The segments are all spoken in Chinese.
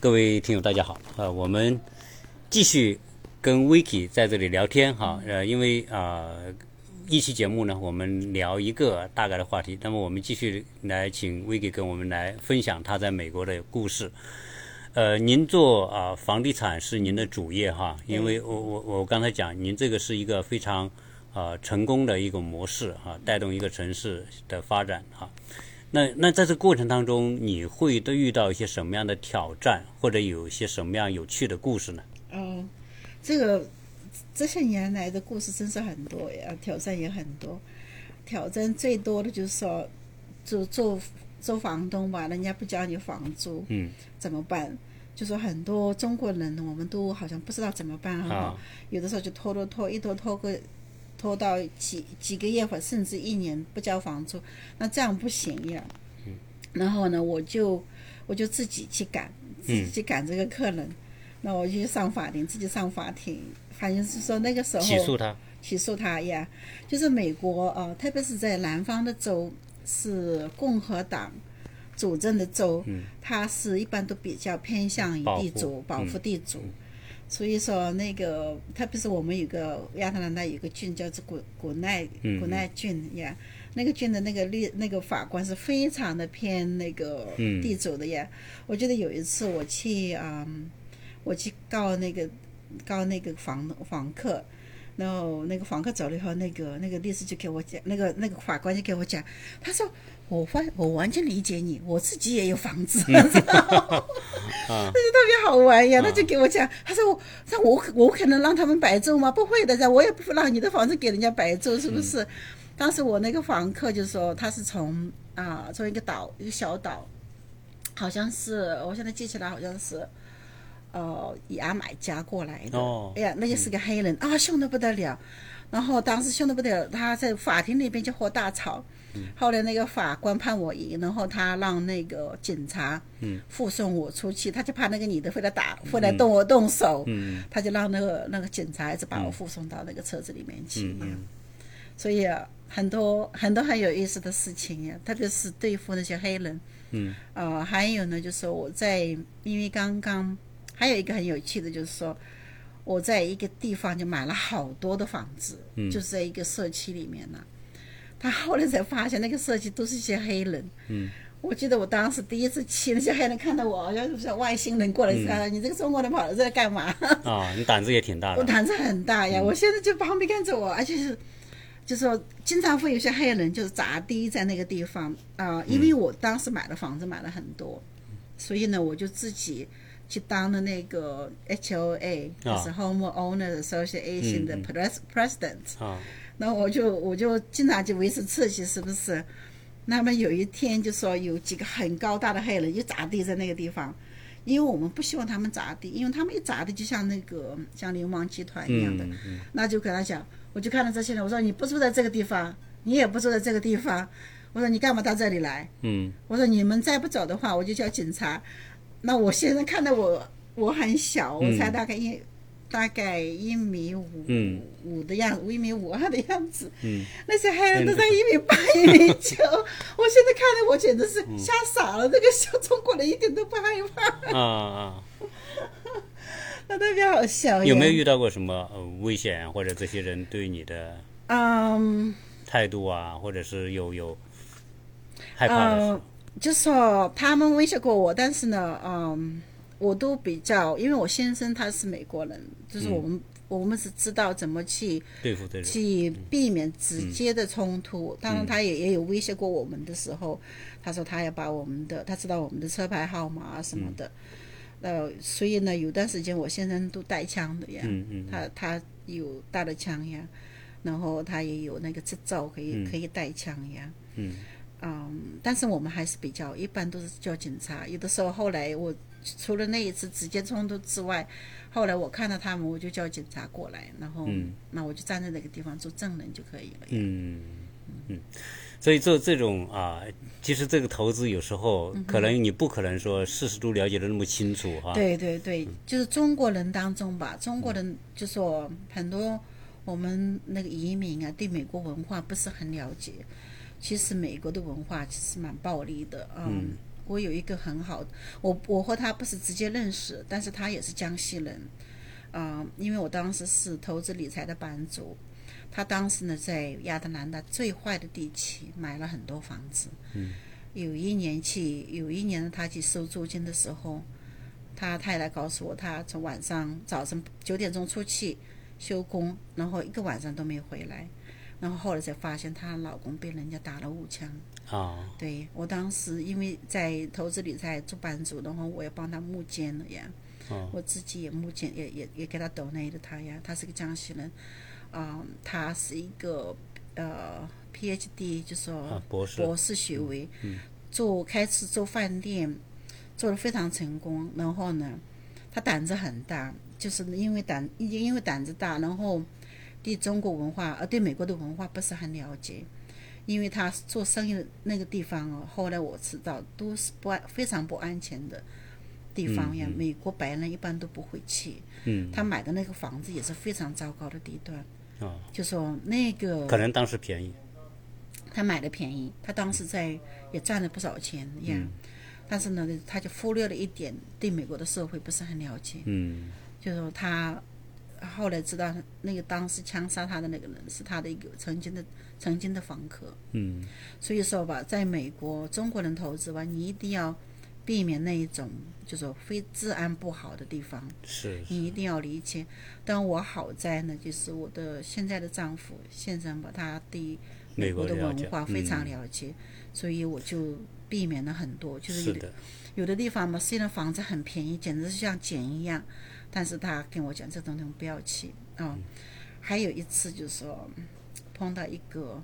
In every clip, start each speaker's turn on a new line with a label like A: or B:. A: 各位听友，大家好，呃，我们继续跟 Vicky 在这里聊天哈，呃，因为啊、呃一期节目呢，我们聊一个大概的话题，那么我们继续来请 Vicky 跟我们来分享他在美国的故事。呃，您做啊、房地产是您的主业哈，因为我我我刚才讲，您这个是一个非常啊、成功的一个模式哈、带动一个城市的发展哈、那那在这过程当中，你会都遇到一些什么样的挑战，或者有一些什么样有趣的故事呢？
B: 哦，这个这些年来的故事真是很多呀，挑战也很多。挑战最多的就是说，做做做房东吧，人家不交你房租，
A: 嗯，
B: 怎么办？就说很多中国人，我们都好像不知道怎么办哈、
A: 啊
B: 有的时候就拖拖拖，一拖拖个拖到几几个月或甚至一年不交房租，那这样不行呀。然后呢，我就我就自己去赶，
A: 嗯
B: 自己去赶这个客人，那我就去上法庭，自己上法庭，反正是说那个时候
A: 起诉他，
B: 起诉他呀，就是美国呃，特别是在南方的州是共和党主政的州，它是一般都比较偏向于
A: 嗯保护
B: 地主，保
A: 嗯
B: 护地主。所以说，那个特别是我们有个亚特兰大有个郡叫做古古奈
A: 嗯
B: 古奈郡呀，那个郡的那个律那个法官是非常的偏那个
A: 嗯
B: 地主的呀。我记得有一次我去嗯，我去告那个告那个房房客，然后那个房客走了以后，那个那个律师就给我讲，那个那个法官就给我讲，他说我完我完全理解你，我自己也有房子， 那就特别好玩呀。他就给我讲，他说我那我可我可能让他们白住吗？不会的，我也不让你的房子给人家白住，是不是？当时我那个房客就说他是从啊、从一个岛一个小岛，好像是我现在记起来好像是。呃，牙买加过来的，
A: 哦
B: 哎呀，那就是个黑人啊，凶得不得了。然后当时凶得不得了，他在法庭里边就和大吵。后来那个法官判我赢，然后他让那个警察护送我出去，他就怕那个女的回来打，回来动我动手，他就让那个那个警察一直把我护送到那个车子里面去。所以啊很多很多很有意思的事情呀，特别是对付那些黑人。嗯。呃，还有呢，就是我在因为刚刚还有一个很有趣的，就是说我在一个地方就买了好多的房子，就是在一个社区里面呢、他后来才发现那个社区都是一些黑人。嗯。我记得我当时第一次去，那些黑人看到我，好像是外星人过来，说、啊你这个中国人跑到这来干嘛？
A: 啊，你胆子也挺大嗯
B: 我
A: 的，
B: 胆子很大呀，我现在就旁边看着我，而且是，就说经常会有些黑人就是砸地在那个地方啊、
A: 嗯
B: 因为我当时买了房子买了很多，所以呢，我就自己去当了那个 HOA，、
A: 啊嗯
B: 就是 Homeowner Association 的 pres president，、
A: 啊，
B: 然后我就我就经常就维持刺激，是不是？那么有一天就说有几个很高大的黑人就砸地在那个地方，因为我们不希望他们砸地，因为他们一砸地就像那个像流氓集团一样的，
A: 嗯嗯
B: 那就跟他讲，我就看到这些人，我说你不住在这个地方，你也不住在这个地方，我说你干嘛到这里来？
A: 嗯
B: 我说你们再不走的话，我就叫警察。那我先生看到我，我很小，我才大概一、大概一米五、
A: 嗯
B: 五的样子，一米五二的样子。
A: 嗯
B: 那些黑人都在一米八、一米九，我现在看着我简直是
A: 嗯
B: 吓傻了。这个小中国人一点都不害怕，
A: 啊啊，
B: 那特别好笑。
A: 有没有？遇到过什么呃危险或者这些人对你的
B: 嗯，
A: 态度啊，或者是有有害怕的
B: 呃
A: 事？，
B: 就说他们威胁过我，但是呢，嗯，我都比较，因为我先生他是美国人，就是
A: 嗯
B: 我们、我们是知道怎么去
A: 对付这种
B: 去避免直接的冲突。当然，他也也有威胁过我们的时候，他说他要把我们的，他知道我们的车牌号码啊什么的。呃，所以呢，有段时间我先生都带枪的呀，
A: 嗯嗯
B: 他他有带了枪呀，然后他也有那个执照可以、可以带枪呀。
A: 嗯
B: 嗯，但是我们还是比较，一般都是叫警察。有的时候后来我除了那一次直接冲突之外，后来我看到他们，我就叫警察过来，然后、那我就站在那个地方做证人就可以了。
A: 嗯，嗯，所以做这种啊，其实这个投资有时候
B: 嗯
A: 可能你不可能说事事都了解的那么清楚哈、
B: 对对对，就是中国人当中吧，中国人就说很多我们那个移民啊，对美国文化不是很了解。其实美国的文化其实蛮暴力的，嗯，我有一个很好的，我我和他不是直接认识，但是他也是江西人，啊、因为我当时是投资理财的版主，他当时呢在亚特兰大最坏的地区买了很多房子，嗯，有一年去，有一年他去收租金的时候，他太太告诉我，他从晚上早晨九点钟出去休工，然后一个晚上都没有回来，然后后来才发现她老公被人家打了五枪。
A: 啊，
B: 对我当时因为在投资理财做版主，然后我也帮他募捐了呀，
A: 哦
B: 我自己也募捐，也也也给他 donate 了他呀。他是个江西人，啊、他是一个呃 PhD，就说、
A: 啊博士
B: 博士学位，做开始做饭店，做的非常成功。然后呢，他胆子很大，就是因为胆因因为胆子大，然后对中国文化呃对美国的文化不是很了解。因为他做生意的那个地方哦，后来我知道都是不安非常不安全的地方呀。美国白人一般都不会去。
A: 嗯，
B: 他买的那个房子也是非常糟糕的地段，
A: 哦，
B: 就说那个
A: 可能当时便宜，
B: 他买的便宜，他当时在也赚了不少钱呀。
A: 嗯
B: 但是呢，他就忽略了一点，对美国的社会不是很了解。
A: 嗯
B: 就说他后来知道，那个当时枪杀他的那个人是他的一个曾经的曾经的房客。
A: 嗯
B: 所以说吧，在美国，中国人投资吧，你一定要避免那一种就是说非治安不好的地方。
A: 是
B: 你一定要理解。但我好在呢，就是我的现在的丈夫先生吧，他对美
A: 美国
B: 的
A: 了
B: 文
A: 解
B: 化非常
A: 嗯
B: 了解，所以我就避免了很多。就是
A: 是
B: 有的
A: 的，
B: 有的地方嘛，虽然房子很便宜，简直是像捡一样，但是他跟我讲这种东西不要去啊、
A: 嗯
B: 还有一次就是说碰到一个。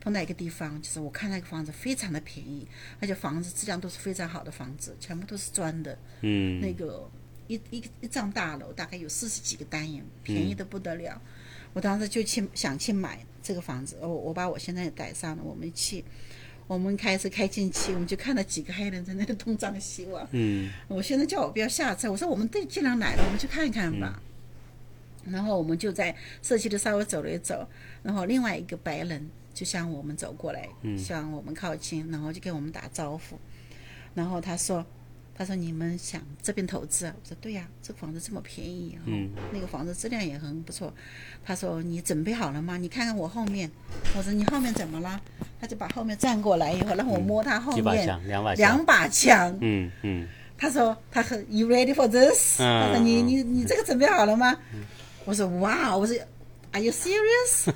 B: 碰到一个地方，就是我看那个房子非常的便宜，而且房子质量都是非常好的房子，全部都是砖的，
A: 嗯
B: 那个一一一幢大楼大概有四十几个单元，
A: 嗯
B: 便宜的不得了。我当时就去想去买这个房子，我哦我把我现在也带上了，我们去。我们开始开进去，我们就看到几个黑人在那里东张西望。
A: 嗯
B: 我现在叫我不要下车，我说我们队既然来了，我们去看看吧。
A: 嗯
B: 然后我们就在社区里稍微走了一走，然后另外一个白人就向我们走过来，
A: 嗯
B: 向我们靠近，然后就跟我们打招呼。然后他说：“他说你们想这边投资啊？”我说：“对呀、这个房子这么便宜，哦
A: 嗯
B: 那个房子质量也很不错。”他说：“你准备好了吗？你看看我后面。”我说：“你后面怎么了？”他就把后面站过来以后，让我摸他后
A: 嗯几把
B: 面、
A: 枪两把
B: 两
A: 枪
B: 把枪。
A: 嗯嗯
B: 他说他很 You ready for this？、
A: 嗯
B: 他说你你你这个准备好了吗？我说哇，我说 Are you serious？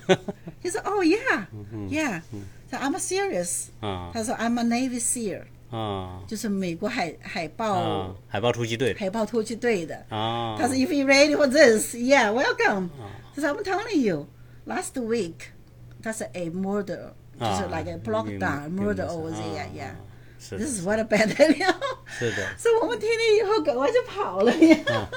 B: 他说 Oh yeah
A: 嗯
B: yeah，他说 I'm serious。
A: 啊
B: 他说 I'm a Navy SEAL，
A: 啊
B: 就是美国海海
A: 啊
B: 豹、，
A: 海豹突击队
B: 海豹突击队的。
A: 啊，
B: 哦他说 If you ready for this，yeah，welcome。他说 I'm telling you last week，他说 a murder，就
A: 啊
B: 是 like a blockdown
A: 明白明白
B: murder over there
A: 啊
B: yeah。
A: 是的
B: This is what a bad idea。
A: 是的，
B: 所以我们听了以后，赶快就跑了呀。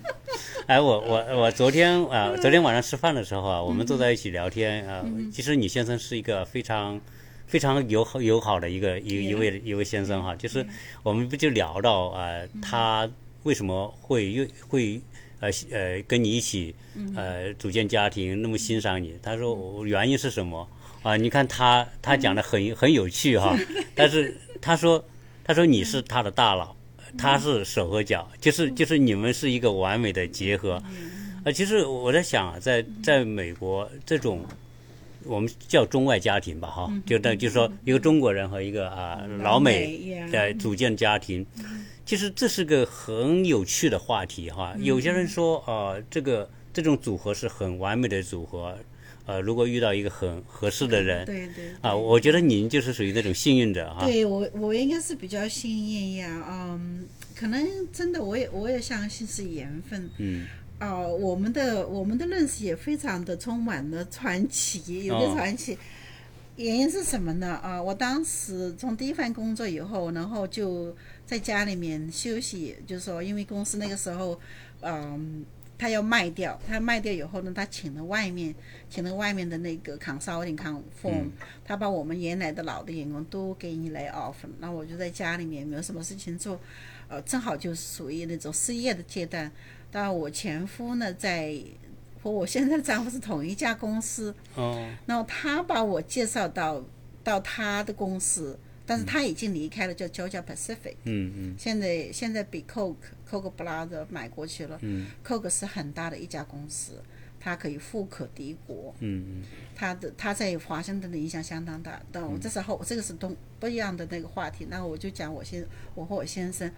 A: 哎，我我我昨天啊、昨天晚上吃饭的时候啊，我们坐在一起聊天啊、其实你先生是一个非常。非常友好友好的一个一一位一位先生哈，就是我们不就聊到啊、呃他为什么会又会呃呃跟你一起呃组建家庭，那么欣赏你？他说我原因是什么啊？你看他他讲的很很有趣 哈，但是他说他说你是他的大佬，他是手和脚，就是就是你们是一个完美的结合。
B: 嗯
A: 啊，其实我在想啊，在在美国这种。我们叫中外家庭吧，哈，
B: 嗯
A: 就那就是说一个中国人和一个啊老美
B: 老美，yeah
A: 在组建家庭，其实这是个很有趣的话题哈。
B: 嗯
A: 有些人说，呃，这个这种组合是很完美的组合，呃，如果遇到一个很合适的人，
B: 嗯对对
A: 啊，我觉得您就是属于那种幸运者哈。
B: 对我我应该是比较幸运呀，嗯，可能真的我也我也相信是缘分。
A: 嗯，
B: 啊、我们的我们的认识也非常的充满了传奇，有
A: 哦
B: 个传奇。原因是什么呢？啊、我当时从第一份工作以后，然后就在家里面休息，就是说，因为公司那个时候，嗯、他要卖掉，他卖掉以后呢，他请了外面，请了外面的那个 consulting c o n f i r m 他把我们原来的老的员工都给你 lay off，了那我就在家里面没有什么事情做，呃，正好就是属于那种失业的阶段。但我前夫呢，在和我现在的丈夫是同一家公司，
A: 哦，
B: 然后他把我介绍到到他的公司，但是他已经离开了叫 Georgia Pacific，
A: 嗯嗯
B: 现在现在被 Coke Coke Brother 买过去了。Coke 是很大的一家公司，它可以富可敌国，
A: 嗯
B: 它的它在华盛顿的影响相当大。但我这时候这个是东不一样的那个话题，那我就讲我先我和我先生。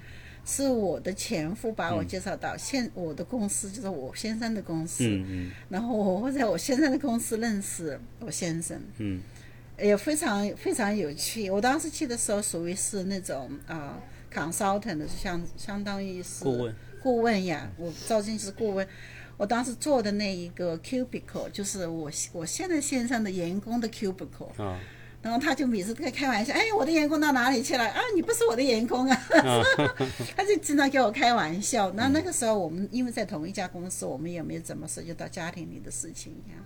B: 是我的前夫把我
A: 嗯
B: 介绍到现我的公司，就是我先生的公司。
A: 嗯嗯
B: 然后我会在我先生的公司认识我先生，
A: 嗯，
B: 也非常非常有趣。我当时去的时候，属于是那种啊、consultant 的，相相当于是
A: 顾问，
B: 顾问呀，我招进去是顾问。我当时做的那一个 cubicle 就是我我现在线上的员工的 cubicle，
A: 啊
B: 然后他就每次跟开玩笑，哎，我的员工到哪里去了？啊，你不是我的员工啊， 他就经常给我开玩笑。那那个时候我们因为在同一家公司，我们也没有怎么涉及到家庭里的事情呀。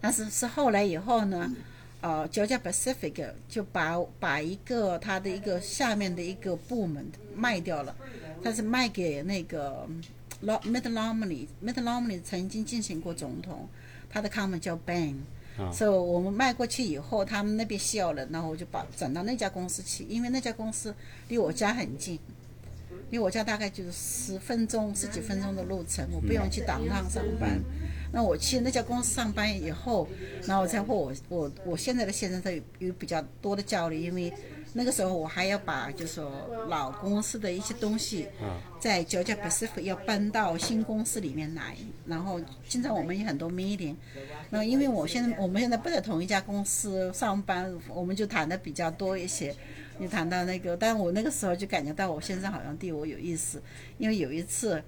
B: 但是是后来以后呢，呃，Georgia Pacific 就把把一个他的一个下面的一个部门卖掉了，他是卖给那个 Lo- Mitt Romney，Mitt Romney 曾经竞选过总统，他的 common 叫 Bang。
A: 啊
B: 所以我们卖过去以后，他们那边笑了，然后我就把转到那家公司去，因为那家公司离我家很近，离我家大概就是十分钟、十几分钟的路程，我不用去档趟上班。那我去那家公司上班以后，然后我才和我我我现在的先生他有有比较多的交流，因为那个时候我还要把就是说老公司的一些东西
A: 啊，
B: 在 Georgia Pacific 要搬到新公司里面来，然后经常我们有很多 meeting，那因为我现在我们现在不在同一家公司上班，我们就谈的比较多一些。你谈到那个，但我那个时候就感觉到我先生好像对我有意思，因为有一次，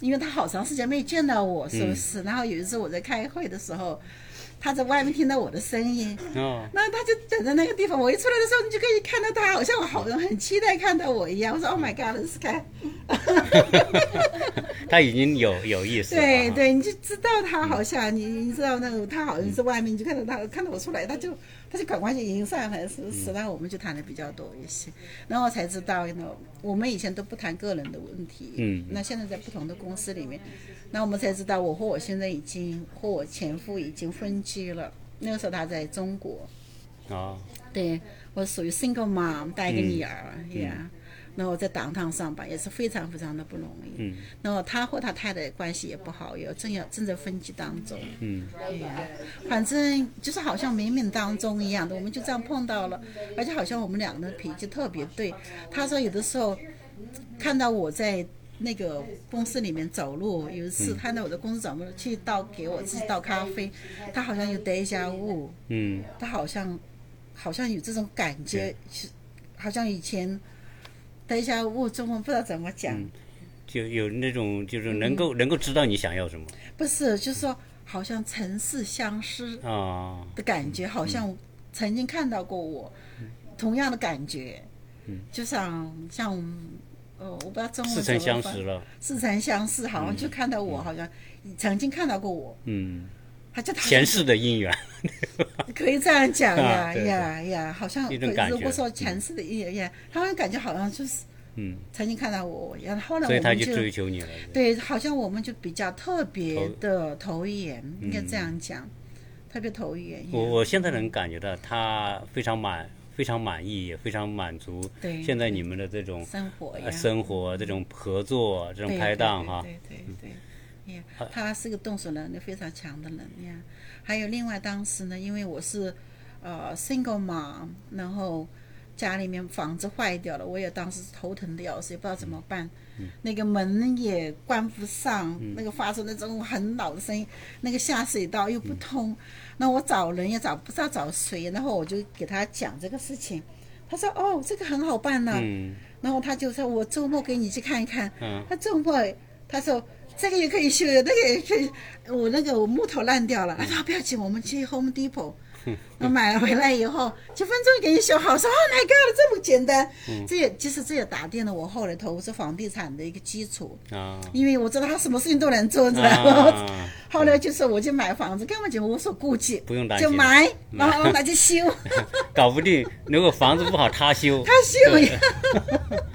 B: 因为他好长时间没见到我，是不是？然后有一次我在开会的时候，他在外面听到我的声音，
A: 哦
B: 那他就等着那个地方，我一出来的时候，你就可以看到他，好像我好像很期待看到我一样。我说 Oh my God, this guy。
A: 他已经有有意思了啊，
B: 对对，你就知道他好像你你知道那种他好像是外面，你就看到他看到我出来，他就他就赶快就迎上来，是不是？那我们就谈的比较多一些，然后才知道呢，我们以前都不谈个人的问题，
A: 嗯
B: 那现在在不同的公司里面，那我们才知道我和我现在已经和我前夫已经分居了，那个时候他在中国，
A: 啊
B: 对我属于 single mom，带一
A: 嗯
B: 个女儿呀。那我在档堂上班也是非常非常的不容易。
A: 嗯。
B: 那么他和他太太关系也不好，也正要正在分居当中。
A: 嗯。
B: 哎呀，反正就是好像冥冥当中一样的，我们就这样碰到了，而且好像我们两个人脾气特别对。他说有的时候看到我在。那个公司里面走路，有一
A: 嗯
B: 次看到我的公司走路去倒给我自己倒咖啡，他好像有 deja vu，
A: 嗯
B: 他好像好像有这种感觉，是好像以前。等一下，我中文不知道怎么讲，
A: 嗯就有那种就是能
B: 嗯
A: 够能够知道你想要什么
B: 不是，就是说好像曾是相识
A: 啊
B: 的感觉，好像曾经看到过我，
A: 嗯
B: 同样的感觉，就像像呃，我不知道中文
A: 似曾
B: 怎么
A: 相
B: 翻
A: 识，嗯了，
B: 似曾相识，好像就看到我，好像曾经看到过我，
A: 嗯，
B: 他就他
A: 前世的姻缘，
B: 可以这样讲
A: 啊
B: 呀
A: 对
B: 呀呀，好像
A: 一种感觉
B: 如果说前世的也也，他们感觉好像就是。
A: 嗯，
B: 曾经看到我，然后后来
A: 所以
B: 我
A: 他
B: 们
A: 就
B: 就
A: 追求你了。
B: 对，好像我们就比较特别的
A: 嗯
B: 投缘，应该这样讲，特别投缘。
A: 我我现在能感觉到他非常满非常满意，也非常满足
B: 对
A: 现在你们的这种
B: 生活呀
A: 呃，生活、这种合作、这
B: 对
A: 种拍档哈，嗯
B: 对对对对。呀，他是个动手能力非常强的人呀。还有另外，当时呢，因为我是呃 single mom，然后家里面房子坏掉了，我也当时头疼的要死，也不知道
A: 嗯
B: 怎么办。那个门也关不上，
A: 嗯
B: 那个发出那种很老的声音，那个下水道又
A: 嗯
B: 不通，那我找人也找不知道找谁，然后我就给他讲这个事情，他说哦，这个很好办呐、
A: 嗯
B: 然后他就说：“我周末给你去看一看。
A: 嗯
B: 他周末他说：“这个也可以修，那个也可以。我那个我木头烂掉
A: 嗯
B: 了，他说不要紧，我们去 Home Depot。我 买了回来以后，几分钟给你修好，说哦 my god，这么简单。
A: 嗯
B: 这也其实这也打定了我后来投资房地产的一个基础，
A: 啊
B: 因为我知道他什么事情都能做，你知道吗？
A: 啊，
B: 后来就是我就买房子，根本就无所顾忌，
A: 不用担心嗯
B: 就买，然后拿去修。
A: 搞不定。如果房子不好， 他修，
B: 他秀呀。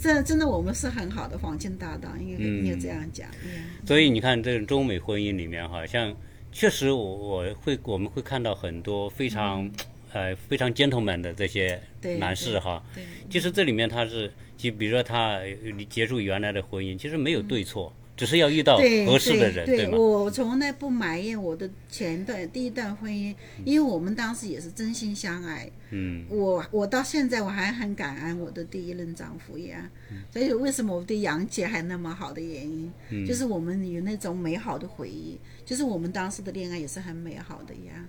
B: 真真的，我们是很好的黄金搭档，应该应该这样讲。嗯
A: 所以你看，这种中美婚姻里面哈，像确实我我会我们会看到很多非常、呃非常 gentleman 的这些
B: 对
A: 男士哈，
C: 对，
A: 其实这里面他是，就比如说他呃结束原来的婚姻，其实没有对错，只是要遇到
B: 对
A: 哦合适的人，
B: 对
A: 吗？
B: 我从来不埋怨我的前段第一段婚姻，因为我们当时也是真心相爱。
A: 嗯，
B: 我我到现在我还很感恩我的第一任丈夫呀，所以为什么我对杨姐还那么好的原因，就是我们有那种美好的回忆，就是我们当时的恋爱也是很美好的呀。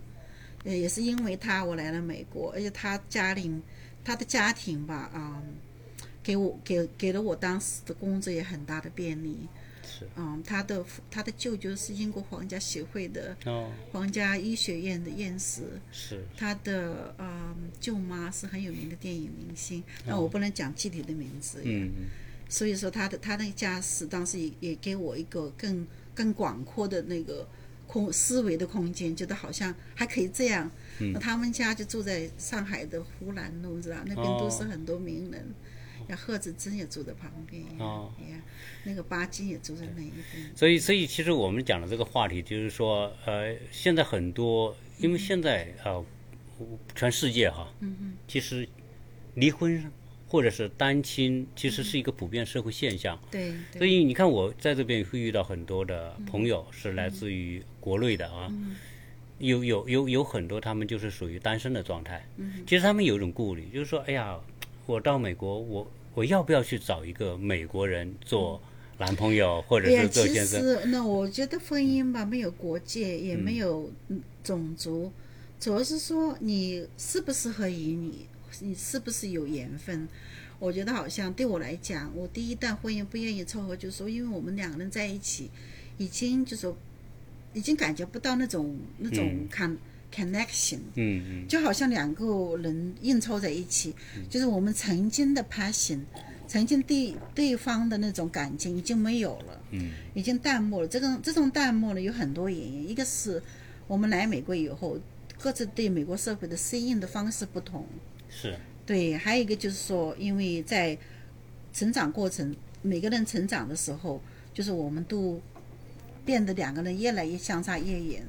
B: 呃，也是因为他，我来了美国，而且他家庭，他的家庭吧，啊、给我给给了我当时的工作也很大的便利。
A: 是，
B: 嗯，他的父他的舅舅是英国皇家协会的
A: 哦，
B: 皇家医学院的院士，
A: 是，
B: 他的嗯舅妈是很有名的电影明星，但我不能讲具体的名字，
A: 哦嗯，嗯
B: 所以说他的他那个家世当时也也给我一个更更广阔的那个空思维的空间，觉得好像还可以这样。
A: 嗯
B: 那他们家就住在上海的湖南路，知道那边都是
A: 哦
B: 很多名人。像贺知珍也住在旁边呀，哎
A: 哦
B: 呀，那个巴金也住在那一边。
A: 所以，所以其实我们讲的这个话题，就是说，呃，现在很多，因为现在呃，全世界哈，
B: 嗯
A: 其实离婚或者是单亲，其实是一个普遍社会现象。
B: 对，
A: 所以你看，我在这边会遇到很多的朋友是来自于国内的啊，
B: 嗯
A: 有有有有很多他们就是属于单身的状态。
B: 嗯
A: 其实他们有一种顾虑，就是说，哎呀，我到美国，我我要不要去找一个美国人做男朋友，或者
B: 哎呀，
A: 是做
B: 其
A: 先生？
B: 实那我觉得婚姻吧，没有国界，也没有嗯种族，主要是说你适不适合于你，你是不是有缘分。我觉得好像对我来讲，我第一段婚姻不愿意凑合，就是说，因为我们两个人在一起，已经就说，已经感觉不到那种那种 con connection，
A: 嗯
B: 就好像两个人硬凑在一起，就是我们曾经的 passion，曾经对对方的那种感情已经没有了，
A: 嗯
B: 已经淡漠了。这种这种淡漠呢，有很多原因，一个是我们来美国以后，各自对美国社会的适应的方式不同，
A: 嗯，是
B: 对，还有一个就是说，因为在成长过程，每个人成长的时候，就是我们都变得两个人越来越相差越远，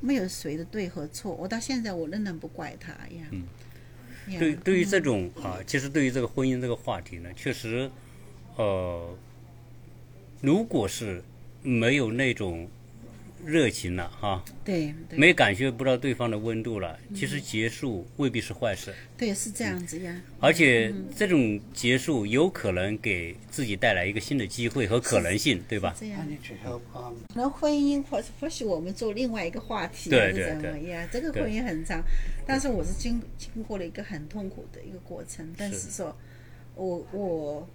B: 没有谁的对和错。我到现在我仍然不怪他呀。嗯。呀嗯
A: 对对于这种啊，其实对于这个婚姻这个话题呢，确实，呃，如果是没有那种热情了哈、
B: 对对嗯
A: 没感觉不到对方的温度了，其实结束未必是坏事，
B: 对是这样子呀。
A: 而且
B: 嗯
A: 这种结束有可能给自己带来一个新的机会和可能性，对吧？
B: 这样
D: I，need your help. Um,
B: 那婚姻或或许我们做另外一个话题，
A: 对
B: 还是
A: 对
B: 怎么
A: 对
B: 样？这个
A: 对
B: 婚姻很长，但是我是经经过了一个很痛苦的一个过程，但
A: 是
B: 是说，我我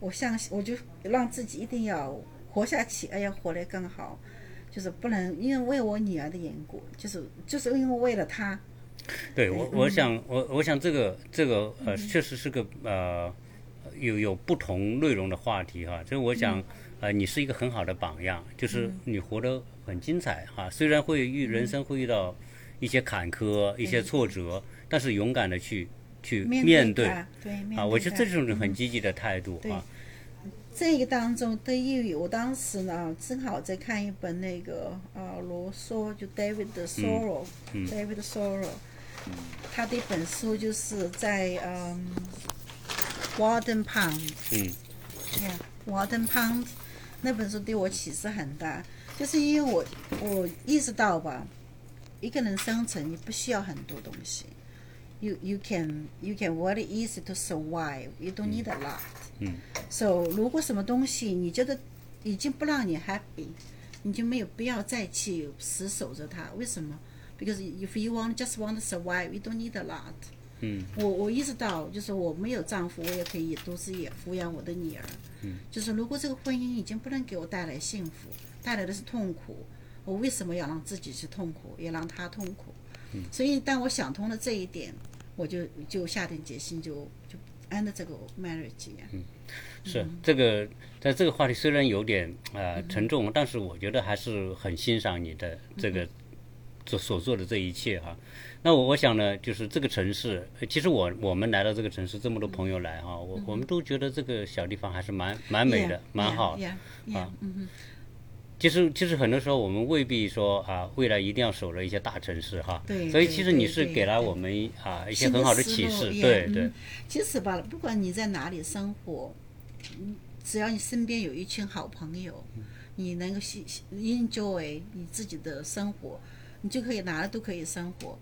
B: 我相信，我就让自己一定要活下去，哎呀，活得更好，就是不能因为为我女儿的缘故，就是就是因为为了她，
A: 对
B: 嗯
A: 我，我想，我我想这个这个呃，确实是个呃，有有不同内容的话题哈。就是我
B: 嗯
A: 想，呃，你是一个很好的榜样，就是你活得很精彩哈。虽然会遇人
B: 嗯
A: 生会遇到一些坎坷、一些挫折，但是勇敢的去去面
B: 对
A: 对
B: 她，对面对
A: 啊，我觉得
B: 她
A: 这种很积极的态度
B: 对
A: 啊。
B: 这个当中对英语，我当时呢正好在看一本那个呃罗梭，就 David Sorrow，David、Sorrow，、他的一本书就是在嗯 Warden Pound，
A: 嗯
B: 呀 Warden Pound 那本书对我启示很大，就是因为我我意识到吧，一个人生存你不需要很多东西。You you can you can very easy to survive. You don't need a lot.
A: 嗯
B: So，如果什么东西你觉得已经不让你 happy，你就没有必要再去死守着它。为什么？Because if you want just want to survive, you don't need a lot。
A: 嗯，
B: 我我意识到，就是我没有丈夫，我也可以独自也抚养我的女儿。嗯，就是如果这个婚姻已经不能给我带来幸福，带来的是痛苦，我为什么要让自己去痛苦，也让他痛苦？嗯，所以当我想通了这一点，我就就下定决心就就 end 这个 marriage 呀。
A: 嗯是
B: 嗯
A: 这个，在这个话题虽然有点呃沉重，但是我觉得还是很欣赏你
B: 嗯
A: 的这个所所做的这一切哈、那我我想呢，就是这个城市，呃其实我我们来到这个城市，这么
B: 嗯
A: 多朋友来哈、我我们都觉得这个小地方还是蛮蛮美的
B: Yeah，
A: 蛮
B: yeah，
A: 好的。啊
B: yeah，yeah，嗯
A: 其实其实很多时候我们未必说啊，未来一定要守着一些大城市哈。
B: 对
A: 所以
B: 对
A: 其实
B: 对
A: 你是
B: 对
A: 给了
B: 对
A: 我们啊一些
B: 新的
A: 很好的
B: 思
A: 启
B: 路
A: 示，
B: 也
A: 对对
B: 嗯。其实吧，不管你在哪里生活，嗯，只要你身边有一群好朋友，
A: 嗯
B: 你能够吸 enjoy 你自己的生活，你就可以哪里都可以生活，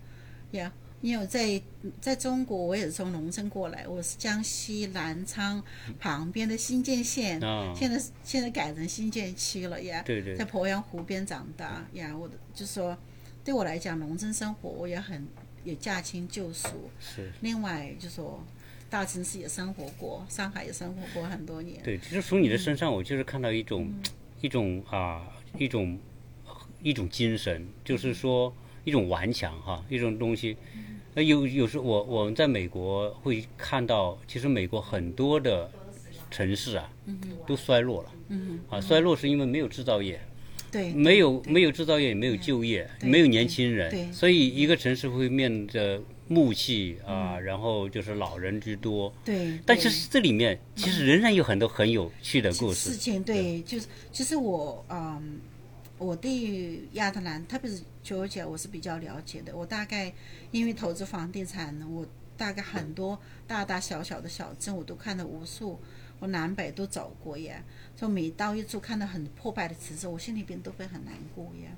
B: 呀、因为我在在中国，我也是从农村过来，我是江西南昌旁边的新建县，
A: 嗯啊
B: 现在现在改成新建区了呀。
A: 嗯对对
B: 在鄱阳湖边长大呀，我的就说，对我来讲，农村生活我也很也驾轻就熟。
A: 是。
B: 另外就说，大城市也生活过，上海也生活过很多年。
A: 对，其实从你的
B: 嗯
A: 身上，我就是看到一种、一种啊一种一种精神，
B: 嗯
A: 就是说一种顽强哈，一种东西。呃，有有时候我我们在美国会看到，其实美国很多的城市啊，
B: 嗯
A: 都衰落了。嗯啊，衰落是因为没有制造业，
B: 哎对
A: 没有没有制造业，也没有就业，
B: 对
A: 没有年轻
B: 对嗯
A: 人，所以一个城市会面着暮气啊，然后就是老人居多。
B: 对，
A: 但
B: 对
A: 其实这里面其实仍然有很多很有趣的故
B: 事
A: 事。
B: 情，对，就是其实我嗯，我对于亚特兰，特别是九九姐，我是比较了解的。我大概因为投资房地产，我大概很多大大小小的小镇我都看了无数，我南北都走过耶。就每到一处看到很破败的城市，我心里边都会很难过耶，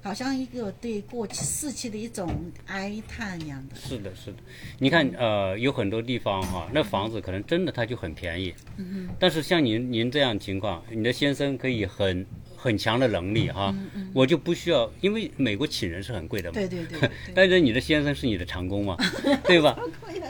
B: 好像一个对过去逝去的一种哀叹一样的。
A: 是的，是的。你看，
B: 嗯
A: 呃，有很多地方哈、那房子可能真的它就很便宜。嗯但是像您您这样情况，你的先生可以很很强的能力哈、我就不需要，因为美国请人是很贵的嘛。
B: 嗯对对对对，
A: 但是你的先生是你的长 工嘛，对吧？
B: 啊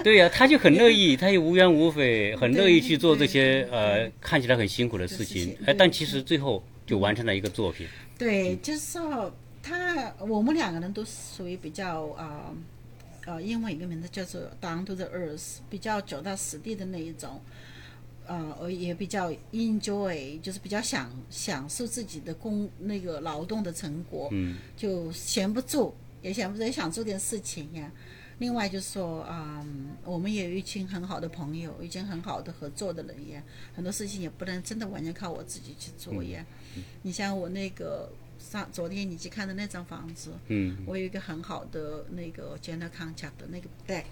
A: 对呀、他就很乐意，他也无怨无悔，很乐意去做这些
B: 对对
A: 呃看起来很辛苦的事
B: 事
A: 情
B: 情，
A: 哎，
B: 对嗯
A: 但其实最后就完成了一个作品。
B: 对，就是说他我们两个人都属于比较啊呃英文一个名字叫做 Down to the Earth，比较脚踏实地的那一种。呃，我也比较 enjoy，就是比较享享受自己的工那个劳动的成果，
A: 嗯，
B: 就闲不住，也闲不住，也想做点事情呀。另外就是说，嗯，我们也有一群很好的朋友，一群很好的合作的人呀，很多事情也不能真的完全靠我自己去做呀。你像我那个上昨天你去看的那张房子，
A: 嗯，
B: 我有一个很好的那个 general contract 的那个 deck，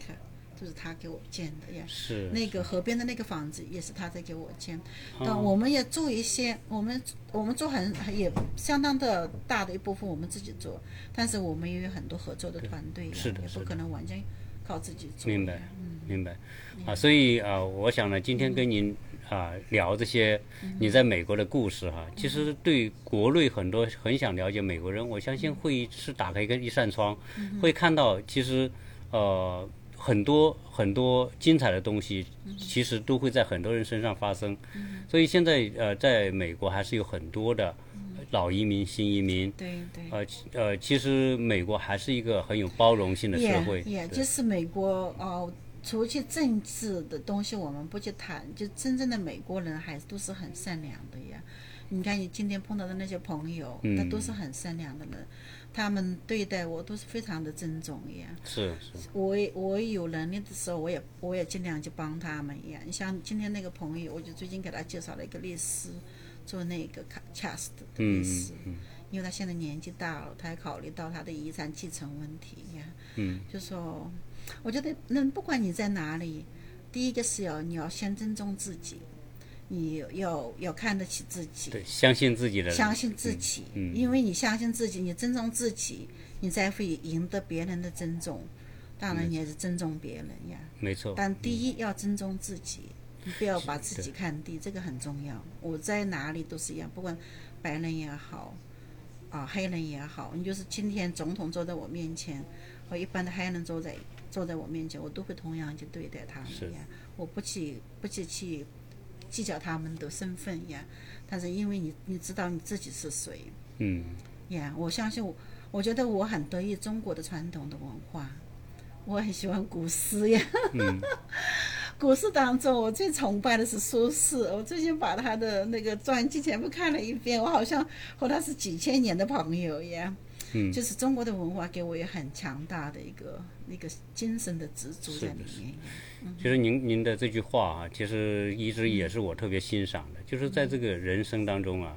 B: 就是他给我建的呀。
A: 是哦
B: 那个河边的那个房子也是他在给我建，但我们也做一些，我们我们做很也相当的大的一部分我们自己做，但是我们也有很多合作的团队呀，
A: 是的
B: 也
A: 是
B: 不
A: 的
B: 可能完全靠自己做呀。
A: 明白，嗯明白。啊，所以啊，我想呢，今天跟您啊聊这些你在美国的故事哈，其实对国内很多很想了解美国人，我相信会是打开一个一扇窗，会看到其实呃很多很多精彩的东西，其实都会在很多人身上发生。所以现在呃，在美国还是有很多的老移民、新移民。
B: 对对。
A: 呃其呃，其实美国还是一个很有包容性的社会。
B: 也也
A: 对
B: 就是美国呃，除去政治的东西我们不去谈，就真正的美国人还都是很善良的呀。你看你今天碰到的那些朋友，他都
A: 嗯
B: 是很善良的人，他们对待我都是非常的尊重呀。
A: 是是。
B: 我也我有能力的时候，我也我也尽量去帮他们一样。你像今天那个朋友，我就最近给他介绍了一个律师，做那个卡 chast 的
A: 嗯
B: 律师，因为他现在年纪大了，他也考虑到他的遗产继承问题呀。嗯，就说，我觉得那不管你在哪里，第一个是要你要先尊重自己，你要要看得起自己，
A: 对，相信自己的人，
B: 相信自己，因为你相信自己，你尊重自己，你才会赢得别人的尊重。当然，你也是尊重别人呀。
A: 没错，嗯
B: 但第一要尊重自己，你不要把自己看低，这个很重要。我在哪里都是一样，不管白人也好，啊、黑人也好，你就是今天总统坐在我面前，和一般的黑人坐在坐在我面前，我都会同样去对待他
A: 是
B: 们呀。我不去不去去计较他们的身份呀，但是因为你你知道你自己是谁
A: 嗯，
B: 呀，我相信我，我觉得我很得益中国的传统的文化。我很喜欢古诗呀，
A: 嗯
B: 古诗当中我最崇拜的是苏轼，我最近把他的那个传记全部看了一遍，我好像和他是几千年的朋友一样。嗯，就是中国的文化给我也很强大的一个那个精神的支柱在里面。
A: 其实您您的这句话啊，其实一直也是我特别欣赏
B: 嗯
A: 的，就是在这个人生当中啊，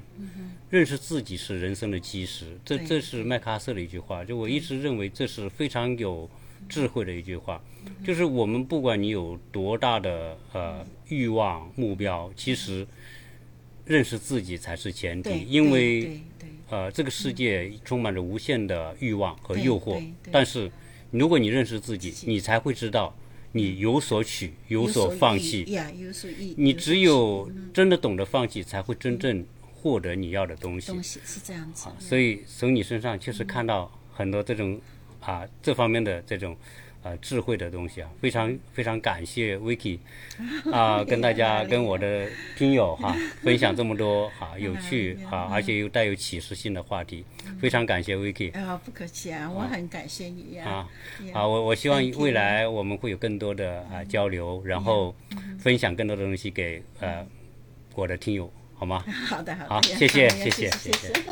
A: 认识自己是人生的基石。这
B: 对
A: 这是麦克阿瑟的一句话，就我一直认为这是非常有智慧的一句话，
B: 嗯
A: 就是我们不管你有多大的呃欲望目标，其实认识自己才是前提
B: 对，，
A: 因为
B: 对对
A: 呃，这个世界充满着无限的欲望和诱惑
B: 对对，对
A: 但是如果你认识自己
B: 自，己
A: 你才会知道你有所取，有所
B: 意
A: 放
B: 义
A: 弃。
B: 呀，有所嗯意义，
A: 你
B: 所
A: 只有真的懂得放弃，才会真
B: 嗯
A: 正获得你要的东西
B: 东。西是这样子
A: 啊，所以从你身上确
B: 嗯
A: 实看到很多这种啊这方面的这种啊智慧的东西啊，非常非常感谢 Vicky 啊，跟大家跟我的听友 哈、分享这么多哈、
B: 嗯
A: 有趣啊，而且又带有启示性的话题，非常感谢 Vicky
B: 啊，不客气啊，我很感谢你呀、
A: 啊
B: 呀
A: 啊，我我希望
B: 嗯 Thank you 嗯
A: 未来我们会有更多的啊交流，然后分享更多的东西给呃我的听友，好吗？
B: 好的好的，
A: 好
B: 呀
A: 谢谢
B: 好呀
A: 谢谢
B: 谢
A: 谢谢
B: 谢。